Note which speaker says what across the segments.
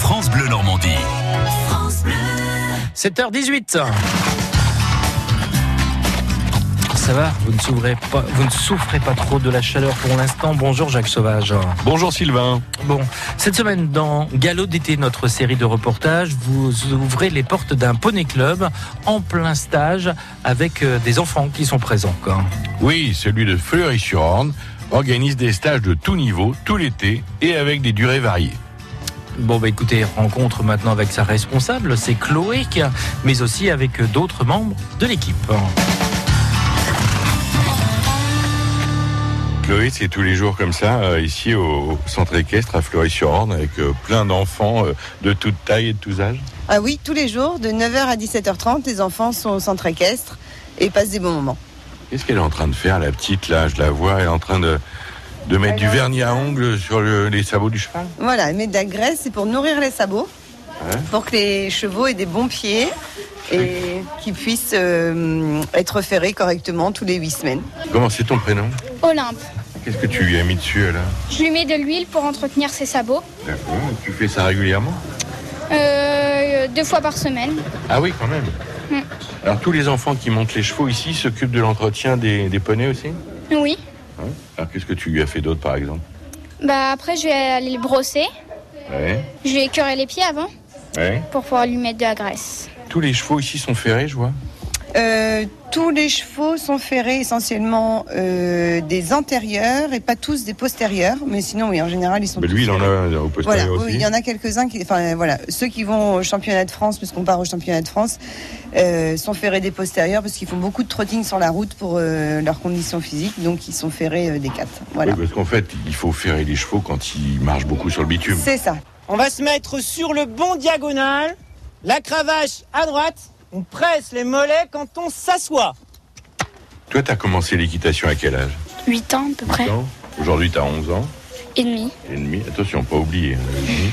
Speaker 1: France Bleu Normandie.
Speaker 2: 7h18. Ça va, vous ne, souffrez pas, vous ne souffrez pas trop de la chaleur pour l'instant. Bonjour Jacques Sauvage.
Speaker 3: Bonjour Sylvain.
Speaker 2: Bon, cette semaine dans Galop d'été, notre série de reportages, vous ouvrez les portes d'un poney club en plein stage avec euh, des enfants qui sont présents. quoi.
Speaker 3: Oui, celui de Fleury-sur-Orne organise des stages de tout niveau, tout l'été et avec des durées variées.
Speaker 2: Bon, bah écoutez, rencontre maintenant avec sa responsable, c'est Chloé, qui a- mais aussi avec euh, d'autres membres de l'équipe.
Speaker 3: Chloé, c'est tous les jours comme ça, euh, ici au centre équestre à Fleury-sur-Orne, avec euh, plein d'enfants euh, de toute taille et de tous âges.
Speaker 4: Ah oui, tous les jours, de 9h à 17h30, les enfants sont au centre équestre et passent des bons moments.
Speaker 3: Qu'est-ce qu'elle est en train de faire, la petite, là Je la vois, elle est en train de, de mettre du vernis à ongles sur le- les sabots du cheval.
Speaker 4: Voilà, mais de la graisse, c'est pour nourrir les sabots,
Speaker 3: Ouais.
Speaker 4: pour que les chevaux aient des bons pieds et qu'ils puissent euh, être ferrés correctement tous les 8 semaines.
Speaker 3: Comment c'est ton prénom
Speaker 5: Olympe.
Speaker 3: Qu'est-ce que tu lui as mis dessus, là
Speaker 5: Je lui mets de l'huile pour entretenir ses sabots,
Speaker 3: D'accord, Ben, tu fais ça régulièrement
Speaker 5: euh, deux fois par semaine.
Speaker 3: Ah oui, quand même.
Speaker 5: Mm.
Speaker 3: Alors tous les enfants qui montent les chevaux ici s'occupent de l'entretien des, des poneys aussi
Speaker 5: Oui.
Speaker 3: Alors qu'est-ce que tu lui as fait d'autre par exemple
Speaker 5: Bah après, je vais aller le brosser.
Speaker 3: Ouais,
Speaker 5: Je vais écœurer les pieds avant
Speaker 3: ouais.
Speaker 5: pour pouvoir lui mettre de la graisse.
Speaker 3: Tous les chevaux ici sont ferrés, je vois.
Speaker 4: Euh, tous les chevaux sont ferrés essentiellement euh, des antérieurs et pas tous des postérieurs, mais sinon, oui, en général, ils sont.
Speaker 3: Mais lui, il
Speaker 4: tous
Speaker 3: en a
Speaker 4: ferrés.
Speaker 3: un au postérieur
Speaker 4: Voilà, oui,
Speaker 3: aussi.
Speaker 4: il y en a quelques-uns qui, enfin voilà, ceux qui vont au championnat de France, puisqu'on part au championnat de France, euh, sont ferrés des postérieurs parce qu'ils font beaucoup de trotting sur la route pour euh, leurs conditions physiques, donc ils sont ferrés euh, des quatre. Voilà,
Speaker 3: Oui, parce qu'en fait, il faut ferrer les chevaux quand ils marchent beaucoup sur le bitume.
Speaker 4: c'est ça.
Speaker 6: On va se mettre sur le bon diagonal, la cravache à droite, on presse les mollets quand on s'assoit.
Speaker 3: Toi, t'as commencé l'équitation à quel âge
Speaker 5: 8 ans à peu près.
Speaker 3: Huit ans. Aujourd'hui, t'as 11 ans
Speaker 5: Et demi.
Speaker 3: et demi. Attention, pas oublier. hein, et demi.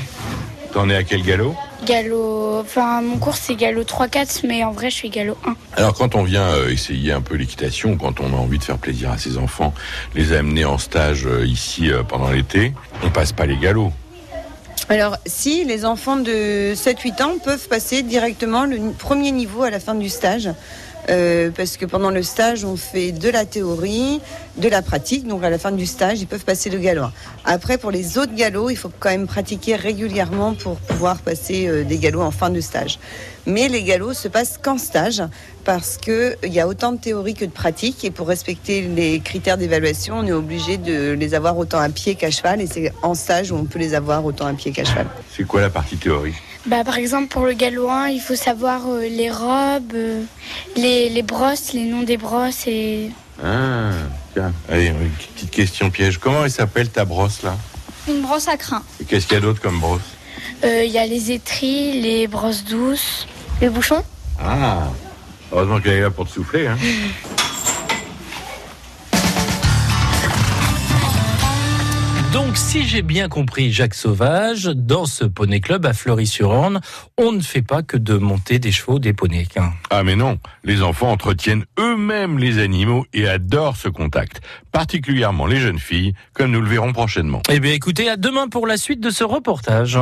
Speaker 3: T'en es à quel galop
Speaker 5: Galop. Enfin, mon cours c'est galop 3-4, mais en vrai, je suis galop 1.
Speaker 3: Alors quand on vient euh, essayer un peu l'équitation, quand on a envie de faire plaisir à ses enfants, les amener en stage euh, ici euh, pendant l'été, on passe pas les galops.
Speaker 4: Alors si les enfants de 7-8 ans peuvent passer directement le ni- premier niveau à la fin du stage. euh, parce que pendant le stage, on fait de la théorie, de la pratique. Donc à la fin du stage, ils peuvent passer le galop. Après, pour les autres galops, il faut quand même pratiquer régulièrement pour pouvoir passer euh, des galops en fin de stage. Mais les galops se passent qu'en stage parce que euh, il y a autant de théorie que de pratique. Et pour respecter les critères d'évaluation, on est obligé de les avoir autant à pied qu'à cheval. Et c'est en stage où on peut les avoir autant à pied qu'à cheval.
Speaker 3: C'est quoi la partie théorique
Speaker 5: Bah, par exemple, pour le galop 1, il faut savoir euh, les robes, euh, les, les brosses, les noms des brosses et.
Speaker 3: Ah, tiens. Allez, une petite question piège. Comment elle s'appelle ta brosse là
Speaker 5: Une brosse à crin.
Speaker 3: Et qu'est-ce qu'il y a d'autre comme brosse
Speaker 5: Euh, Il y a les étris, les brosses douces, le bouchon.
Speaker 3: Ah Heureusement qu'elle est là pour te souffler. Hein.
Speaker 2: Donc, si j'ai bien compris Jacques Sauvage, dans ce poney club à Fleury-sur-Orne, on ne fait pas que de monter des chevaux, des poneys. hein.
Speaker 3: Ah mais non, les enfants entretiennent eux-mêmes les animaux et adorent ce contact, particulièrement les jeunes filles, comme nous le verrons prochainement.
Speaker 2: Eh bien, écoutez, à demain pour la suite de ce reportage.